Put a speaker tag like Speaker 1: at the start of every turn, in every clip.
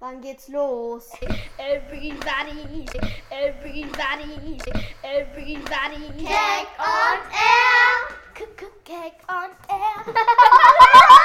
Speaker 1: Wann geht's los?
Speaker 2: Everybody, everybody, everybody.
Speaker 1: Cake on Air! Cake on Air!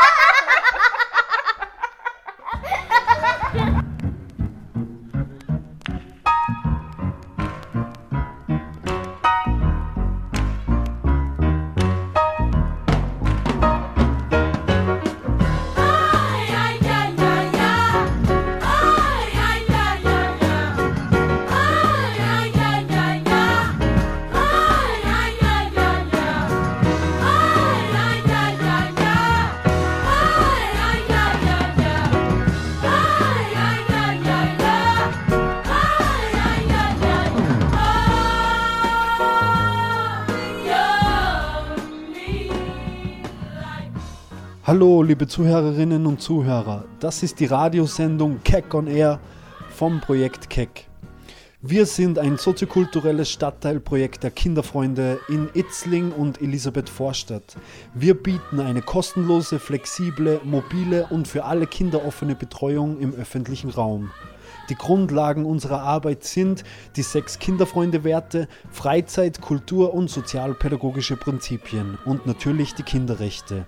Speaker 3: Hallo, liebe Zuhörerinnen und Zuhörer. Das ist die Radiosendung Keck on Air vom Projekt Keck. Wir sind ein soziokulturelles Stadtteilprojekt der Kinderfreunde in Itzling und Elisabeth Vorstadt. Wir bieten eine kostenlose, flexible, mobile und für alle Kinder offene Betreuung im öffentlichen Raum. Die Grundlagen unserer Arbeit sind die sechs Kinderfreunde-Werte, Freizeit, Kultur und sozialpädagogische Prinzipien und natürlich die Kinderrechte.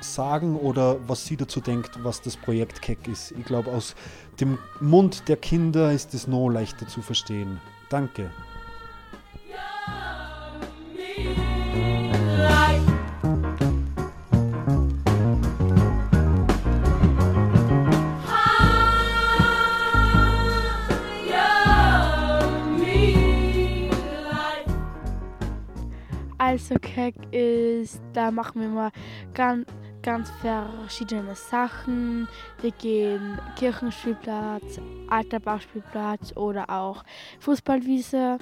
Speaker 3: sagen oder was sie dazu denkt, was das Projekt Keck ist. Ich glaube, aus dem Mund der Kinder ist es noch leichter zu verstehen. Danke.
Speaker 4: Also Keck ist, da machen wir mal ganz, ganz verschiedene Sachen. Wir gehen Kirchenspielplatz, alter Bauspielplatz oder auch Fußballwiese.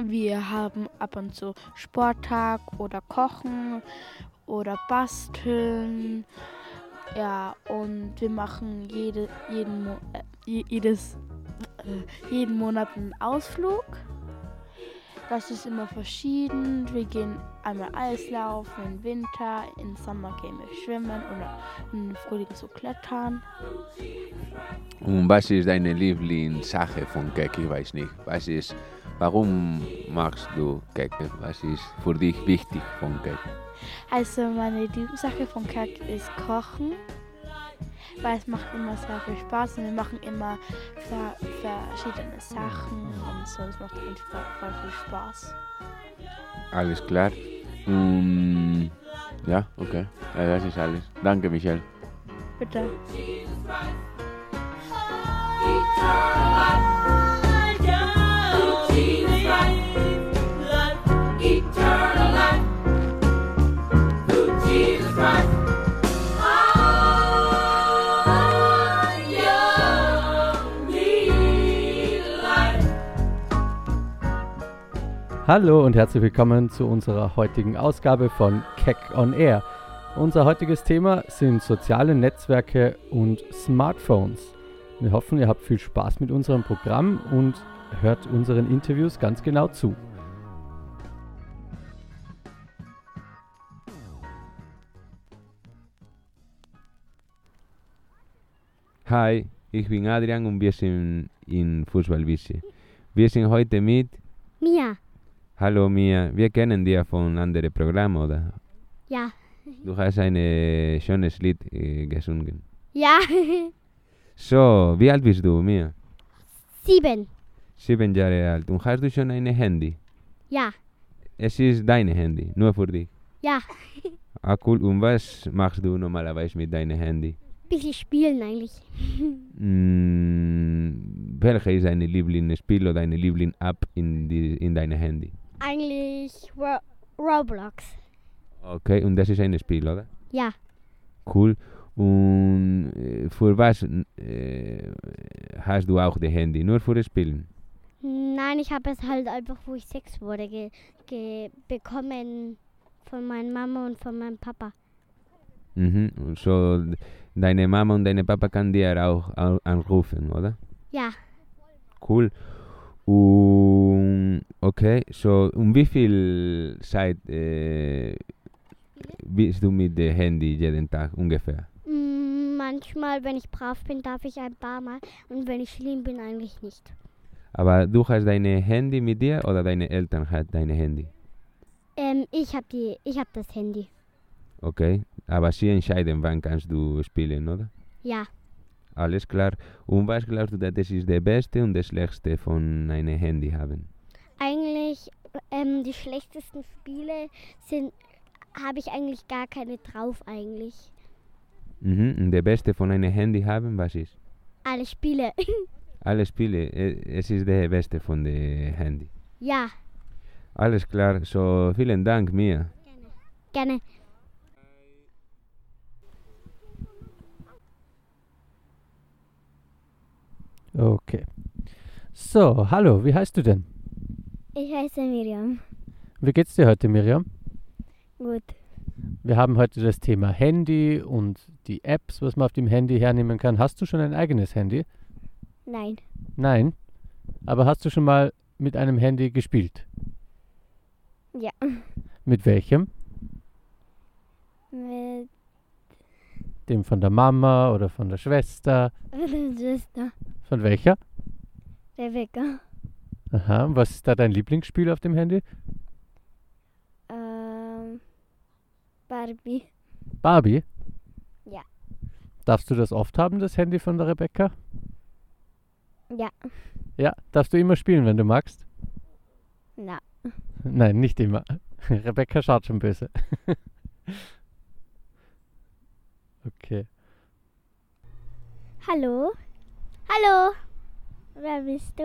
Speaker 4: Wir haben ab und zu Sporttag oder Kochen oder Basteln. Ja, und wir machen jede, jeden, Mo äh, je- jedes, äh, jeden Monat einen Ausflug. Das ist immer verschieden. Wir gehen einmal Eislaufen im Winter, im Sommer gehen wir schwimmen oder im Frühling so klettern.
Speaker 5: Und was ist deine Lieblingssache von Keck? Ich weiß nicht. Was ist, warum magst du Keck? Was ist für dich wichtig von Keck?
Speaker 4: Also meine Lieblingssache von Kack ist Kochen, weil es macht immer sehr viel Spaß und wir machen immer ver verschiedene Sachen und so. Es macht einfach voll viel Spaß.
Speaker 5: Alles klar. Mm, ja, okay. Ja, Das ist alles. Danke, Michel.
Speaker 4: Bitte.
Speaker 6: Hallo und herzlich willkommen zu unserer heutigen Ausgabe von Keck on Air. Unser heutiges Thema sind soziale Netzwerke und Smartphones. Wir hoffen, ihr habt viel Spaß mit unserem Programm und hört unseren Interviews ganz genau zu.
Speaker 5: Hi, ich bin Adrian und wir sind in Fußballwiese. Wir sind heute mit
Speaker 7: Mia.
Speaker 5: Hallo Mia. Wir kennen dich von anderen Programmen, oder?
Speaker 7: Ja.
Speaker 5: Du hast ein äh, schönes Lied äh, gesungen.
Speaker 7: Ja.
Speaker 5: So, wie alt bist du, Mia?
Speaker 7: Sieben.
Speaker 5: Sieben Jahre alt. Und hast du schon ein Handy?
Speaker 7: Ja.
Speaker 5: Es ist dein Handy, nur für dich.
Speaker 7: Ja.
Speaker 5: Ah, cool. Und was machst du normalerweise mit deinem Handy?
Speaker 7: Bisschen spielen eigentlich.
Speaker 5: Mm, welche ist deine Lieblingsspiel oder deine Lieblings-App in, die- in deinem Handy?
Speaker 7: Eigentlich Ro Roblox.
Speaker 5: Okay, und das ist ein Spiel, oder?
Speaker 7: Ja.
Speaker 5: Cool. eh, Und äh, für was äh, hast du auch das Handy? Nur für Spielen?
Speaker 7: Nein, ich habe es halt einfach, wo ich sechs wurde, ge ge bekommen von meiner Mama und von meinem Papa.
Speaker 5: Mhm. Und so deine Mama und deine Papa kann dir auch au- anrufen, oder?
Speaker 7: Ja,
Speaker 5: Cool. Um, Und okay, so um wie viel Zeit äh, bist du mit dem Handy jeden Tag ungefähr?
Speaker 7: mm, manchmal, wenn ich brav bin, darf ich ein paar Mal und wenn ich schlimm bin, eigentlich nicht.
Speaker 5: Aber du hast deine Handy mit dir oder deine Eltern hat deine Handy?
Speaker 7: Ähm, ich habe die, ich habe das Handy.
Speaker 5: Okay, aber sie entscheiden, wann kannst du spielen, oder?
Speaker 7: Ja,
Speaker 5: Alles klar. Und was glaubst du, dass das ist der Beste und das Schlechteste von einem Handy haben?
Speaker 7: eigentlich ähm, die schlechtesten Spiele sind, habe ich eigentlich gar keine drauf eigentlich.
Speaker 5: Mhm. Und der Beste von einem Handy haben, was ist?
Speaker 7: Alle Spiele.
Speaker 5: Alle Spiele, e- es ist der Beste von dem Handy.
Speaker 7: ja,
Speaker 5: Alles klar, so vielen Dank, Mia.
Speaker 7: gerne.
Speaker 6: Okay. So, hallo, wie heißt du denn?
Speaker 7: Ich heiße Miriam.
Speaker 6: Wie geht's dir heute, Miriam?
Speaker 7: Gut.
Speaker 6: Wir haben heute das Thema Handy und die Apps, was man auf dem Handy hernehmen kann. Hast du schon ein eigenes Handy?
Speaker 7: Nein.
Speaker 6: Nein. Aber hast du schon mal mit einem Handy gespielt?
Speaker 7: Ja.
Speaker 6: Mit welchem?
Speaker 7: Mit
Speaker 6: Dem von der Mama oder von der Schwester?
Speaker 7: meiner Schwester
Speaker 6: Von welcher?
Speaker 7: uh, Rebecca.
Speaker 6: Aha, und was ist da dein Lieblingsspiel auf dem Handy?
Speaker 7: Ähm, Barbie.
Speaker 6: Barbie?
Speaker 7: Ja.
Speaker 6: Darfst du das oft haben, das Handy von der Rebecca?
Speaker 7: Ja.
Speaker 6: Ja, darfst du immer spielen, wenn du magst?
Speaker 7: Na.
Speaker 6: Nein, nicht immer. Rebecca schaut schon böse. okay.
Speaker 7: Hallo. Hallo. Wer bist du?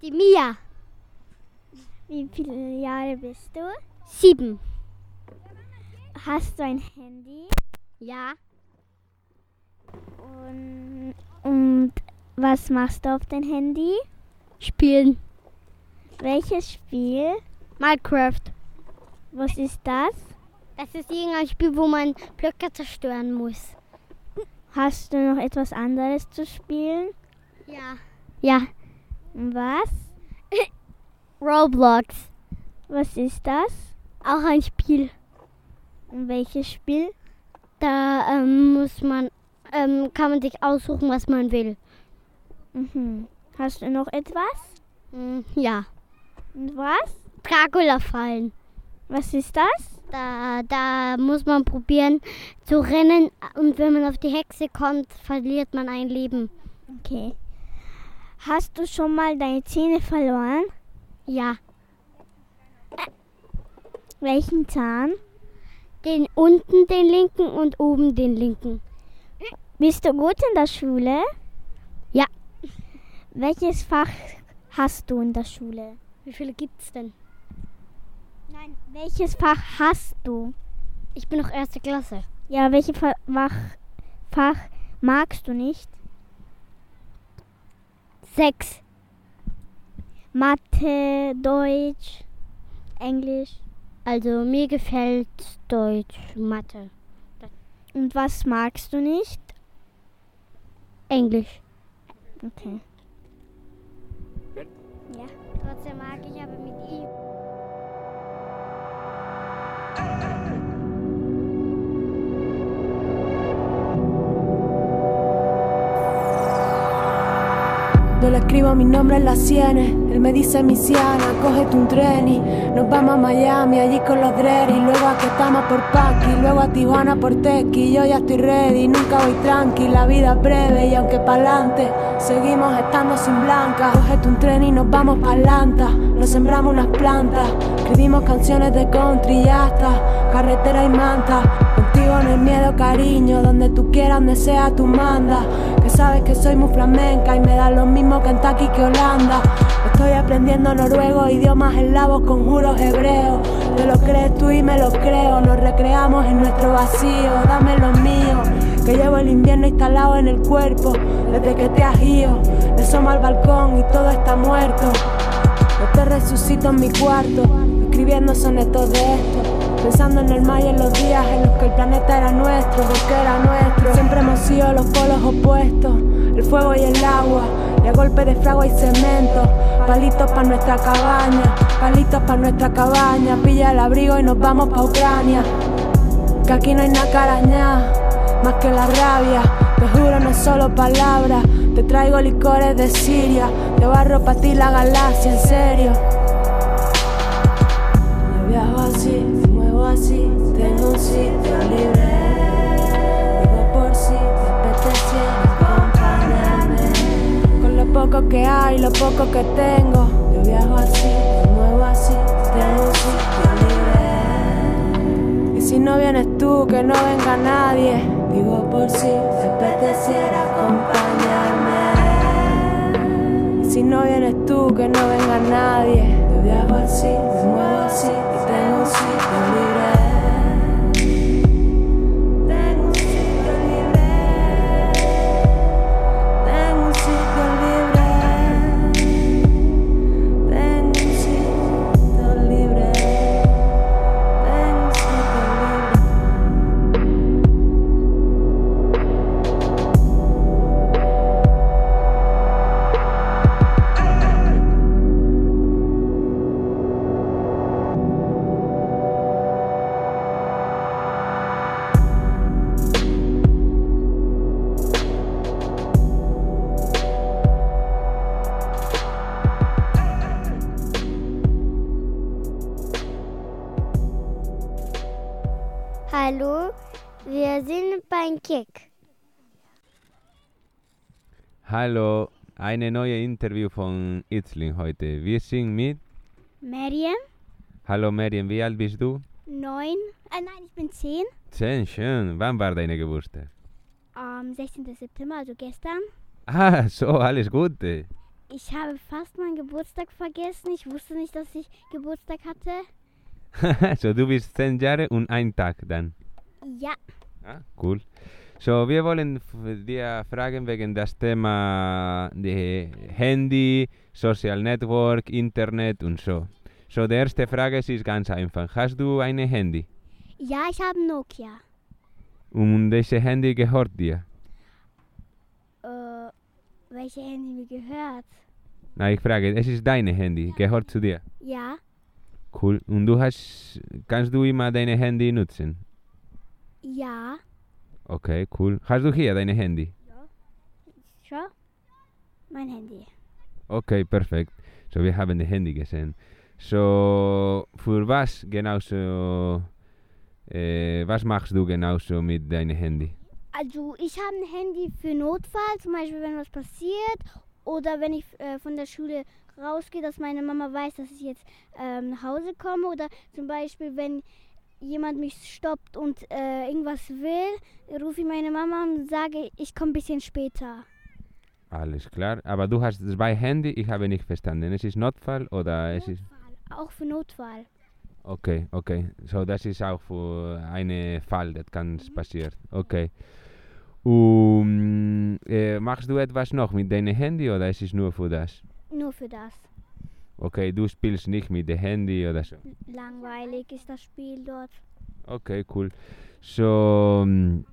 Speaker 7: Die Mia. Wie viele Jahre bist du? Sieben. Hast du ein Handy? Ja. Und, und was machst du auf dem Handy? Spielen. Welches Spiel? Minecraft. Was ist das? Das ist irgendein Spiel, wo man Blöcke zerstören muss. Hast du noch etwas anderes zu spielen? Ja. Ja. Was? Roblox. Was ist das? Auch ein Spiel. Welches Spiel? Da ähm, muss man, ähm, kann man sich aussuchen, was man will. Mhm. Hast du noch etwas? Hm, ja. Und was? Dracula fallen. Was ist das? Da, da muss man probieren, zu rennen und wenn man auf die Hexe kommt, verliert man ein Leben. Okay. Hast du schon mal deine Zähne verloren? Ja. Welchen Zahn? Den unten den linken und oben den linken. Bist du gut in der Schule? Ja. Welches Fach hast du in der Schule? Wie viele gibt's denn? Nein, welches Fach hast du? Ich bin noch erste Klasse. Ja, welches Fach, Fach magst du nicht? Sechs. Mathe, Deutsch, Englisch. Also mir gefällt Deutsch, Mathe. Und was magst du nicht? Englisch. Okay. Ja, trotzdem mag ich aber mit ihm.
Speaker 8: Yo le escribo mi nombre en las sienes, él me dice mi siana, cógete un tren y nos vamos a Miami, allí con los dreads y luego a Ketama por Paqui, luego a Tijuana por Tequi, yo ya estoy ready, nunca voy tranqui, la vida es breve y aunque pa'lante, seguimos estando sin blanca, cógete un tren y nos vamos pa'lanta, nos sembramos unas plantas, escribimos canciones de country y hasta, carretera y manta, Contigo no hay miedo, cariño, donde tú quieras, donde sea tú manda. Que sabes que soy muy flamenca y me da lo mismo Kentucky que Holanda. Estoy aprendiendo noruego, idiomas eslavos, conjuros hebreos. Te lo crees tú y me lo creo, nos recreamos en nuestro vacío. Dame lo mío, que llevo el invierno instalado en el cuerpo. Desde que te has ido, le somo al balcón y todo está muerto. de suscito en mi cuarto, escribiendo sonetos de esto. Pensando en el mar y en los días en los que el planeta era nuestro, porque era nuestro. Siempre hemos sido los polos opuestos, el fuego y el agua. Y a golpe de fragua y cemento, palitos para nuestra cabaña, palitos para nuestra cabaña. Pilla el abrigo y nos vamos pa' Ucrania. Que aquí no hay nada carañá, más que la rabia. Te juro, no es solo palabras. Te traigo licores de Siria, te barro pa' ti la galaxia, en serio. Yo viajo así, muevo así, tengo un sitio libre. Vivo por si te apeteciera acompañarme. Con lo poco que hay, lo poco que tengo. Yo viajo así, muevo así, tengo un sitio libre. Y si no vienes tú, que no venga nadie. Digo por si te apeteciera acompañarme. Y si no vienes tú, que no venga nadie. Yo viajo así, me muevo así, y tengo un sitio libre. Tengo un sitio libre. Tengo un sitio libre. Tengo un sitio libre. Tengo un sitio libre.
Speaker 1: Hallo, wir sind beim Kick.
Speaker 5: Hallo, eine neue Interview von Itzling heute. Wir sind mit.
Speaker 7: Mariam,
Speaker 5: Hallo Merien, wie alt bist du?
Speaker 7: neun. Ah, nein, ich bin zehn.
Speaker 5: Zehn, schön. Wann war deine Geburtstag?
Speaker 7: Am 16. September, also gestern.
Speaker 5: Ah, so, alles Gute.
Speaker 7: Ich habe fast meinen Geburtstag vergessen. Ich wusste nicht, dass ich Geburtstag hatte.
Speaker 5: so, du bist zehn Jahre und ein Tag dann.
Speaker 7: Ja,
Speaker 5: Ah, cool. So, wir wollen f- dir fragen wegen das Thema die Handy, Social Network, Internet und so. So, die erste Frage ist ganz einfach. Hast du ein Handy?
Speaker 7: ja, ich habe Nokia.
Speaker 5: Und dieses Handy gehört dir?
Speaker 7: Äh, welche Handy mir gehört?
Speaker 5: Na, ich frage, es ist dein Handy, gehört zu dir.
Speaker 7: Ja,
Speaker 5: Cool. Und du hast, kannst du immer dein Handy nutzen?
Speaker 7: ja,
Speaker 5: Okay, cool. Hast du hier dein Handy?
Speaker 7: schon. Mein Handy.
Speaker 5: Okay, perfekt. So, wir haben das Handy gesehen. So, für was genau so, äh, was machst du genau so mit deinem Handy?
Speaker 7: Also ich habe ein Handy für Notfall, zum Beispiel wenn was passiert oder wenn ich äh, von der Schule rausgehe, dass meine Mama weiß, dass ich jetzt ähm, nach Hause komme oder zum Beispiel wenn jemand mich stoppt und äh, irgendwas will, rufe ich meine Mama und sage, ich komme ein bisschen später.
Speaker 5: Alles klar, aber du hast zwei Handy, ich habe nicht verstanden. Es ist Notfall oder es ist...
Speaker 7: Auch für Notfall.
Speaker 5: Okay, okay. So, das ist auch für einen Fall, das kann passieren. Okay. Und äh, machst du etwas noch mit deinem Handy oder es ist nur für das?
Speaker 7: Nur für das.
Speaker 5: Okay, du spielst nicht mit dem Handy oder so.
Speaker 7: Langweilig ist das Spiel dort.
Speaker 5: Okay, cool. So, mm,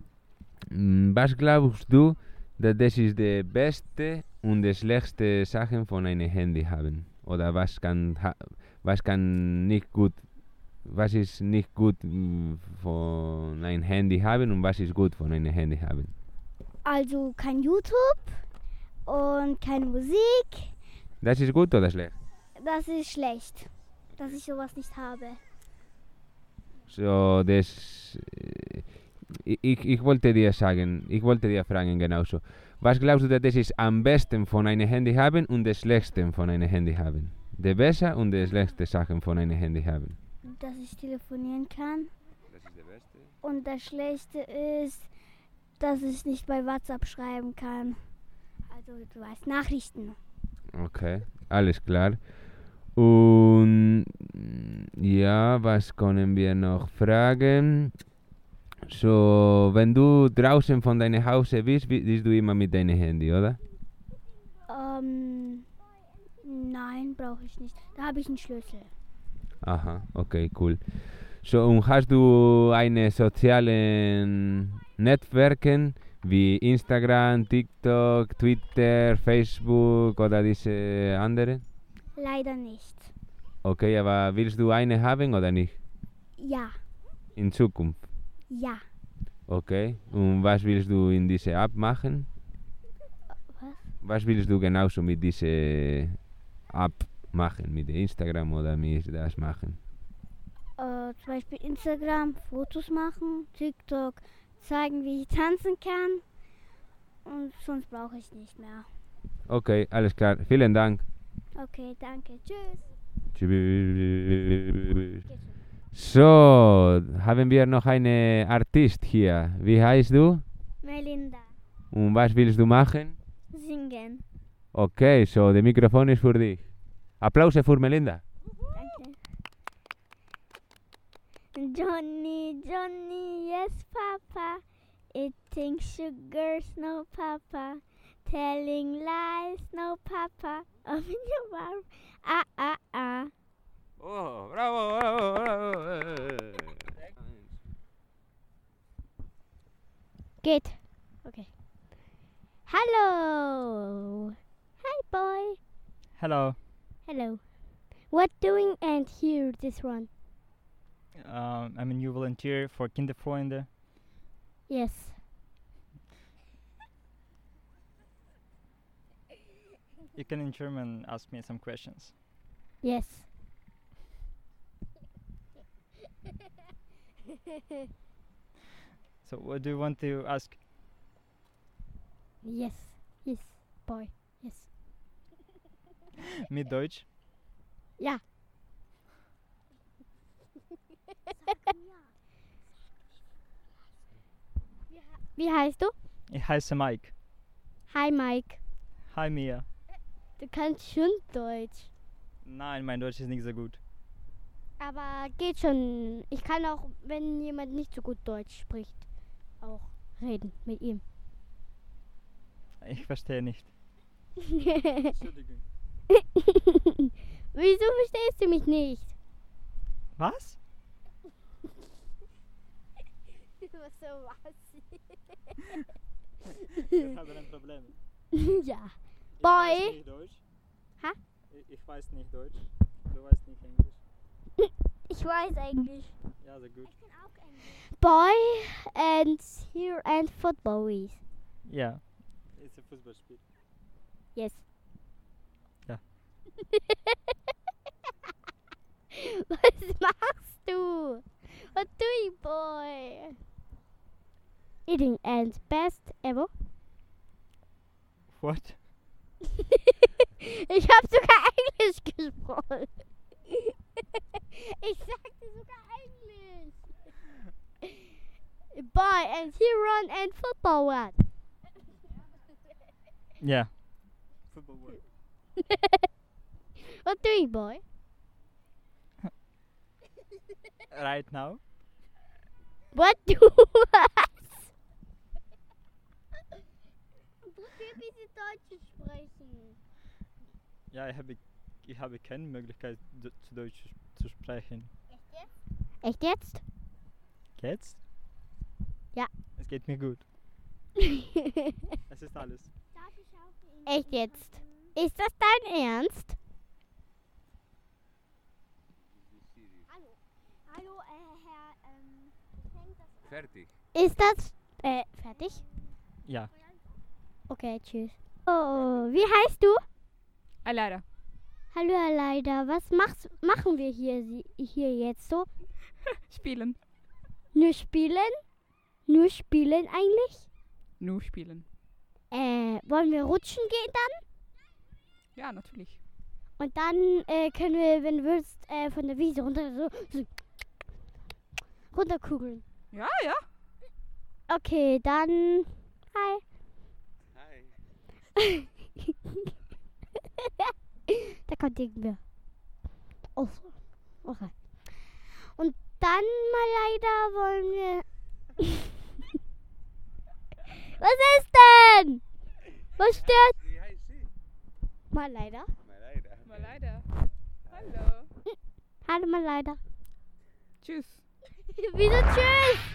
Speaker 5: mm, was glaubst du, dass das ist die beste und die schlechteste Sachen von einem Handy haben? Oder was kann, ha was kann nicht gut, was ist nicht gut mm, von einem Handy haben und was ist gut von einem Handy haben?
Speaker 7: Also kein YouTube und keine Musik.
Speaker 5: Das ist gut oder schlecht?
Speaker 7: Das ist schlecht, dass ich sowas nicht habe.
Speaker 5: So, das. äh, i- Ich, ich wollte dir sagen, ich wollte dir fragen genauso. Was glaubst du, dass das ist am besten von einem Handy haben und das schlechteste von einem Handy haben? Die beste und die schlechteste Sachen von einem Handy haben.
Speaker 7: dass ich telefonieren kann. Und das Schlechte ist, dass ich nicht bei WhatsApp schreiben kann. Also du weißt, Nachrichten.
Speaker 5: Okay, alles klar. Und mm, ja, was können wir noch fragen? So, wenn du draußen von deinem Haus bist, bi- bist du immer mit deinem Handy, oder?
Speaker 7: Ähm, Nein, brauche ich nicht. Da habe ich einen Schlüssel.
Speaker 5: Aha, okay, cool. So, und hast du eine sozialen Netzwerken wie Instagram, TikTok, Twitter, Facebook oder diese anderen?
Speaker 7: Leider nicht.
Speaker 5: Okay, aber willst du eine haben oder nicht?
Speaker 7: Ja,
Speaker 5: In Zukunft.
Speaker 7: ja.
Speaker 5: Okay. Und was willst du in diese App machen? Was willst du genauso mit dieser App machen? Mit der Instagram oder mit das machen?
Speaker 7: Äh, zum Beispiel Instagram, Fotos machen, TikTok, zeigen, wie ich tanzen kann. Und sonst brauche ich nicht mehr.
Speaker 5: Okay, alles klar. Vielen Dank.
Speaker 7: Okay, danke. Tschüss.
Speaker 5: Tschüss. So, haben wir noch einen Artist hier. Wie heißt du?
Speaker 7: Melinda,
Speaker 5: Und was willst du machen?
Speaker 7: singen.
Speaker 5: Okay, so, der Mikrofon ist für dich. Applaus für Melinda.
Speaker 7: Danke. Johnny, Johnny, yes, Papa. Eating sugars, no, Papa. Telling lies, no, Papa. Open your mouth. Ah, ah, ah.
Speaker 5: Oh, bravo, bravo, eh. bravo.
Speaker 7: Geht. Okay. Hello. Hi, boy.
Speaker 6: Hello.
Speaker 7: Hello. What doing and here this one?
Speaker 6: Um, I'm a new volunteer for Kinderfreunde.
Speaker 7: Yes.
Speaker 6: You can in German ask me some questions.
Speaker 7: Yes.
Speaker 6: So, what do you want to ask?
Speaker 7: Yes. Yes, boy. Yes.
Speaker 6: Me Deutsch?
Speaker 7: Ja. Wie heißt du?
Speaker 6: Ich heiße Mike.
Speaker 7: Hi Mike.
Speaker 6: Hi Mia.
Speaker 7: Du kannst schon Deutsch.
Speaker 6: Nein, mein Deutsch ist nicht so gut.
Speaker 7: Aber geht schon. Ich kann auch, wenn jemand nicht so gut Deutsch spricht, auch reden mit ihm.
Speaker 6: Ich verstehe nicht.
Speaker 7: Wieso verstehst du mich nicht?
Speaker 6: Was? Ich habe ein Problem.
Speaker 7: ja. Boy.
Speaker 6: nicht Deutsch.
Speaker 7: Ha?
Speaker 6: Ich, weiß nicht Deutsch. Du weißt nicht Englisch.
Speaker 7: Ich weiß Englisch.
Speaker 6: Ja, so gut.
Speaker 7: Boy and here and football is.
Speaker 6: Ja. Ist ein Fußballspiel.
Speaker 7: Yes.
Speaker 6: Ja.
Speaker 7: Was machst du? What doing, boy? Eating and best ever.
Speaker 6: What?
Speaker 7: Ich habe sogar Englisch gesprochen. Ich sagte sogar Englisch. Boy and Huron and football one.
Speaker 6: Ja.
Speaker 7: What doing, boy?
Speaker 6: Right now?
Speaker 7: What do was? Probier bitte Deutsch zu sprechen.
Speaker 6: Ja, ich habe, ich habe keine Möglichkeit, d- zu Deutsch zu sprechen.
Speaker 7: Echt jetzt?
Speaker 6: Jetzt?
Speaker 7: Ja.
Speaker 6: Es geht mir gut. Es ist alles.
Speaker 7: Echt jetzt? Ist das dein Ernst? Hallo, äh, Herr,
Speaker 5: Fertig.
Speaker 7: Ist das, äh, fertig?
Speaker 6: Ja.
Speaker 7: Okay, tschüss. Oh, wie heißt du?
Speaker 8: Alara.
Speaker 7: Hallo, Aleida. Was machst, machen wir hier, sie- hier jetzt so?
Speaker 8: Spielen.
Speaker 7: Nur spielen? Nur spielen eigentlich?
Speaker 8: Nur spielen.
Speaker 7: Äh, wollen wir rutschen gehen dann?
Speaker 8: Ja, natürlich.
Speaker 7: Und dann äh, können wir, wenn du willst, äh, von der Wiese runter so, so runterkugeln.
Speaker 8: Ja, ja.
Speaker 7: Okay, dann. Hi. Hi. da kommt irgendwer. Oh, so. okay. Und dann mal leider wollen wir. Was ist denn? Was stört? Mal leider.
Speaker 5: Malayra.
Speaker 9: Maleider. Hallo.
Speaker 10: Hallo mal leider.
Speaker 9: Tschüss.
Speaker 10: Wieder tschüss.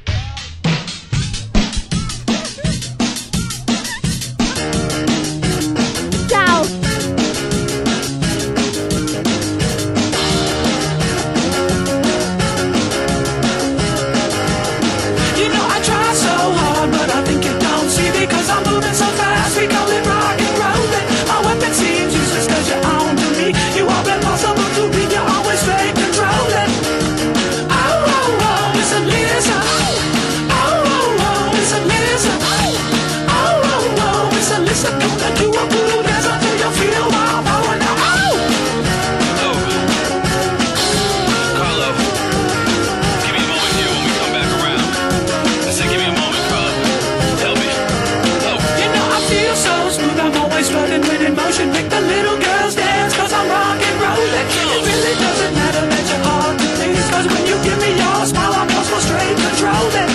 Speaker 10: Ciao.
Speaker 6: You know I try so hard, but I think you don't see because I'm moving so fast. We call it rock and rolling. My weapon seems useless because you're on to me. You are impossible to be. You're always fake controlling. Oh oh oh, it's a lizard. Oh oh oh, it's a lizard. Oh oh oh, it's a lizard. Come and do a cool dance until you feel wild. Oh and oh.
Speaker 11: Carlo, give me a moment here when we come back around. I said, give me a moment, Carlo. Help me. Oh. Help.
Speaker 6: You know I feel so smooth, I'm always flirting with emotion. Make the little girls dance, cause I'm rock and rolling. It really doesn't matter that you're hard to please, cause when you give me your smile, I'm lost for straight controlling.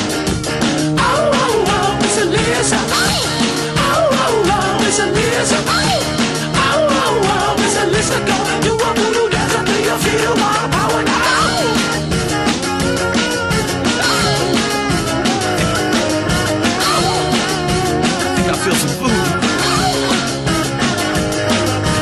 Speaker 6: Oh, oh, oh, it's a lizard. Oh, oh, oh, it's a lizard. Oh, oh, oh, it's a lizard. Gonna do a voodoo dance until you feel my power now.
Speaker 11: I think I feel some food.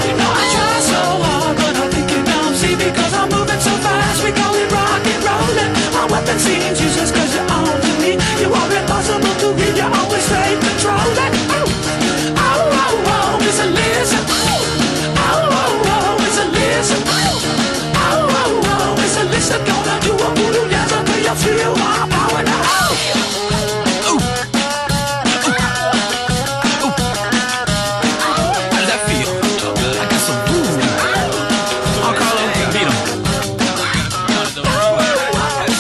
Speaker 6: You know I try so hard, but I think you don't see because I'm moving so fast. We call it rock and rolling. My weapon seems useless because you're on to me. You are impossible to read. You always stay controlling. Oh, oh, oh, oh, it's a lizard. Oh, oh, oh, oh, it's a lizard. Oh, oh, oh, oh, it's a lizard. Gonna do a voodoo dance until you feel my power now. Oh, ooh.
Speaker 11: How'd that feel? I got some food. Oh, Carlo, beat 'em.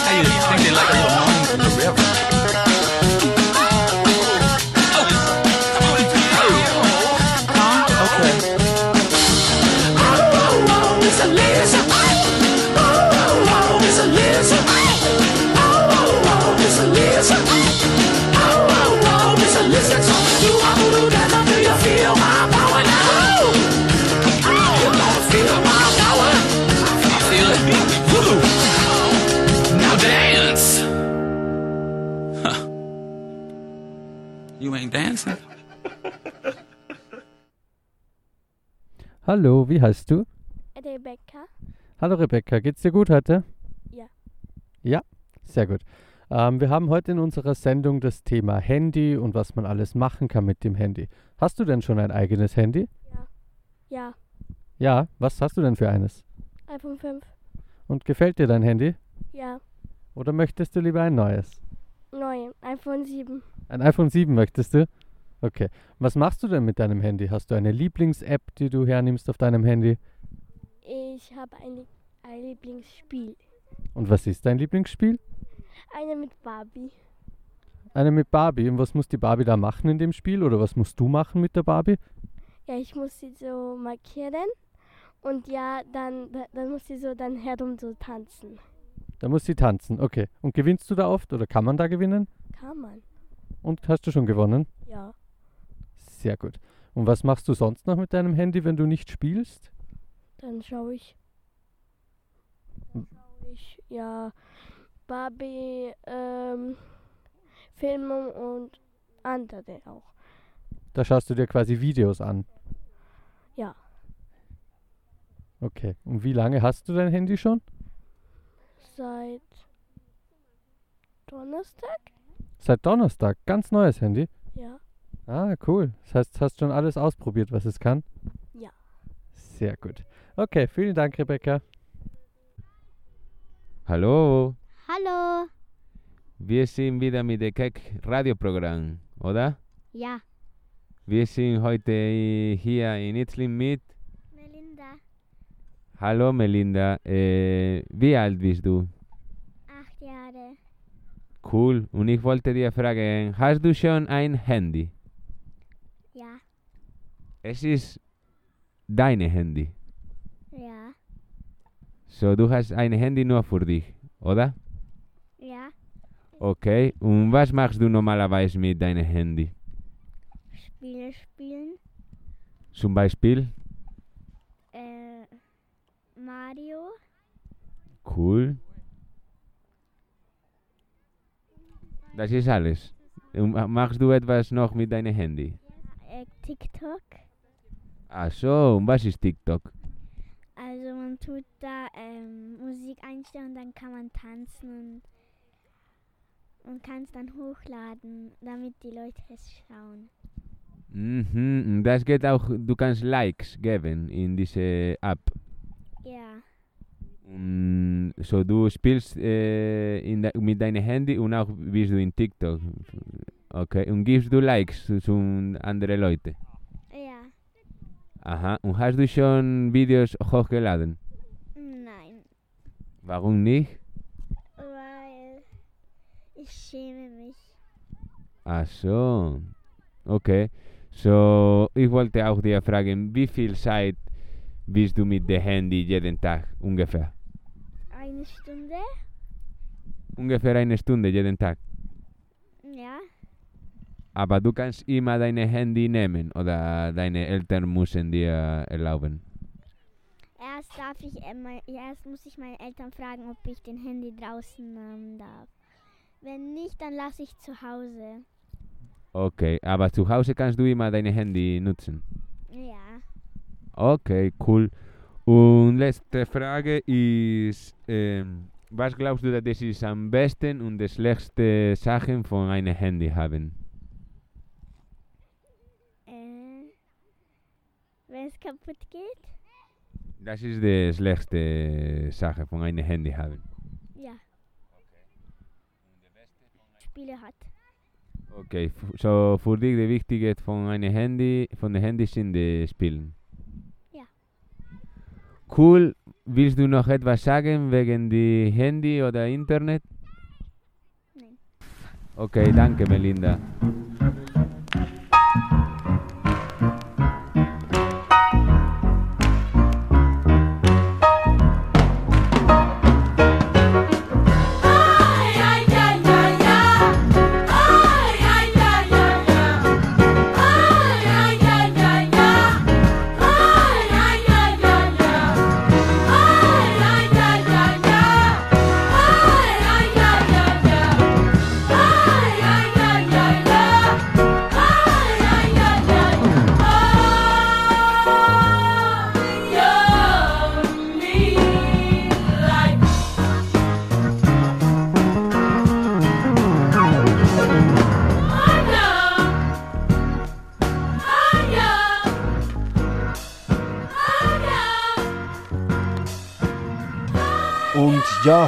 Speaker 11: Hey, you think they like a little moment in the river? Oh. Oh.
Speaker 6: Huh? Okay. Oh, oh, oh, it's a lizard. Oh, oh, oh, it's a lizard. Oh, oh, oh, it's a lizard. Oh, oh, oh, it's a lizard. So you are voodoo dance until you feel my power now. Oh, you gonna feel my power.
Speaker 11: I feel it. Voodoo. Now dance. Huh. You ain't dancing?
Speaker 12: Hallo, wie heißt du?
Speaker 7: Rebecca.
Speaker 12: Hallo Rebecca, geht's dir gut heute?
Speaker 7: Ja.
Speaker 12: Ja, sehr gut. Ähm, wir haben heute in unserer Sendung das Thema Handy und was man alles machen kann mit dem Handy. Hast du denn schon ein eigenes Handy?
Speaker 7: Ja,
Speaker 12: Ja, was hast du denn für eines?
Speaker 7: iPhone 5.
Speaker 12: Und gefällt dir dein Handy?
Speaker 7: Ja,
Speaker 12: Oder möchtest du lieber ein neues?
Speaker 7: neu. iPhone 7.
Speaker 12: Ein iPhone 7 möchtest du? Okay. Was machst du denn mit deinem Handy? Hast du eine Lieblings-App, die du hernimmst auf deinem Handy?
Speaker 7: Ich habe ein, ein Lieblingsspiel.
Speaker 12: Und was ist dein Lieblingsspiel?
Speaker 7: Eine mit Barbie.
Speaker 12: Eine mit Barbie. Und was muss die Barbie da machen in dem Spiel? Oder was musst du machen mit der Barbie?
Speaker 7: Ja, ich muss sie so markieren. Und ja, dann, dann muss sie so dann herum so tanzen.
Speaker 12: Da muss sie tanzen. Okay. Und gewinnst du da oft? Oder kann man da gewinnen?
Speaker 7: Kann man.
Speaker 12: Und hast du schon gewonnen?
Speaker 7: Ja.
Speaker 12: Sehr gut. Und was machst du sonst noch mit deinem Handy, wenn du nicht spielst?
Speaker 7: Dann schaue ich. Dann schaue ich, ja, Barbie, ähm, Filme und andere auch.
Speaker 12: Da schaust du dir quasi Videos an.
Speaker 7: Ja.
Speaker 12: Okay. Und wie lange hast du dein Handy schon?
Speaker 7: Seit Donnerstag?
Speaker 12: Seit Donnerstag. Ganz neues Handy.
Speaker 7: Ja.
Speaker 12: Ah, cool. Das heißt, hast schon alles ausprobiert, was es kann?
Speaker 7: Ja.
Speaker 12: Sehr gut. Okay, vielen Dank, Rebecca.
Speaker 5: Hallo,
Speaker 10: Hallo.
Speaker 5: wir sind wieder mit dem Keck Radioprogramm, oder?
Speaker 10: Ja.
Speaker 5: Wir sind heute hier in Itzling mit.
Speaker 10: Melinda,
Speaker 5: Hallo Melinda, äh, wie alt bist du?
Speaker 10: acht Jahre.
Speaker 5: Cool, und ich wollte dir fragen, hast du schon ein Handy?
Speaker 10: Ja.
Speaker 5: Es ist dein Handy.
Speaker 10: Ja.
Speaker 5: So, du hast ein Handy nur für dich, oder?
Speaker 10: Ja.
Speaker 5: Okay, und was machst du normalerweise mit deinem Handy?
Speaker 10: Spiele spielen.
Speaker 5: Zum Beispiel?
Speaker 10: Äh,
Speaker 5: Cool. Das ist alles. Und ma- Machst du etwas noch mit deinem Handy?
Speaker 7: Äh, TikTok.
Speaker 5: Ach so, und was ist TikTok?
Speaker 7: Also man tut da ähm, Musik einstellen und dann kann man tanzen und, und kann es dann hochladen, damit die Leute es schauen.
Speaker 5: Mhm, und das geht auch, du kannst Likes geben in diese App.
Speaker 7: Ja,
Speaker 5: Und so du spielst äh, in de, mit deinem Handy und auch bist du in TikTok. Okay, und gibst du Likes zu, zu anderen Leuten.
Speaker 7: ja,
Speaker 5: Aha, und hast du schon Videos hochgeladen?
Speaker 7: nein,
Speaker 5: Warum nicht?
Speaker 7: weil ich schäme mich.
Speaker 5: Ach so. Okay. So, ich wollte auch dir fragen, wie viel Zeit bist du mit dem Handy jeden Tag ungefähr?
Speaker 7: Eine Stunde?
Speaker 5: Ungefähr eine Stunde jeden Tag.
Speaker 7: Ja,
Speaker 5: Aber du kannst immer dein Handy nehmen oder deine Eltern müssen dir erlauben.
Speaker 7: erst darf ich, äh, mein, ja, erst muss ich meine Eltern fragen, ob ich den Handy draußen haben darf. Wenn nicht, dann lasse ich zu Hause.
Speaker 5: Okay, aber ah, zu e Hause kannst du immer dein Handy nutzen.
Speaker 7: Ja.
Speaker 5: Okay, cool. Und letzte Frage ist, ähm, was glaubst du, dass das ist am besten und das schlechteste Sachen von einem Handy haben?
Speaker 7: Äh, wenn es kaputt geht?
Speaker 5: Das ist die schlechteste Sache von einem Handy haben.
Speaker 7: Ja. Spiele hat.
Speaker 5: Okay, f- so für dich die wichtige von einem Handy, von den Handys sind die Spielen.
Speaker 7: Ja.
Speaker 5: Cool. Willst du noch etwas sagen wegen die Handy oder Internet? Nein. Okay, danke Melinda.
Speaker 3: Und ja,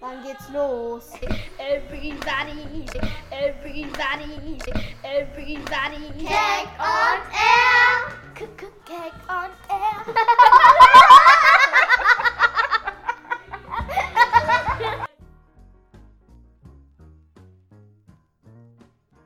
Speaker 2: Wann geht's los? Everybody eat it. Everybody eat it. Everybody eat it. Cake on air. Cake on air.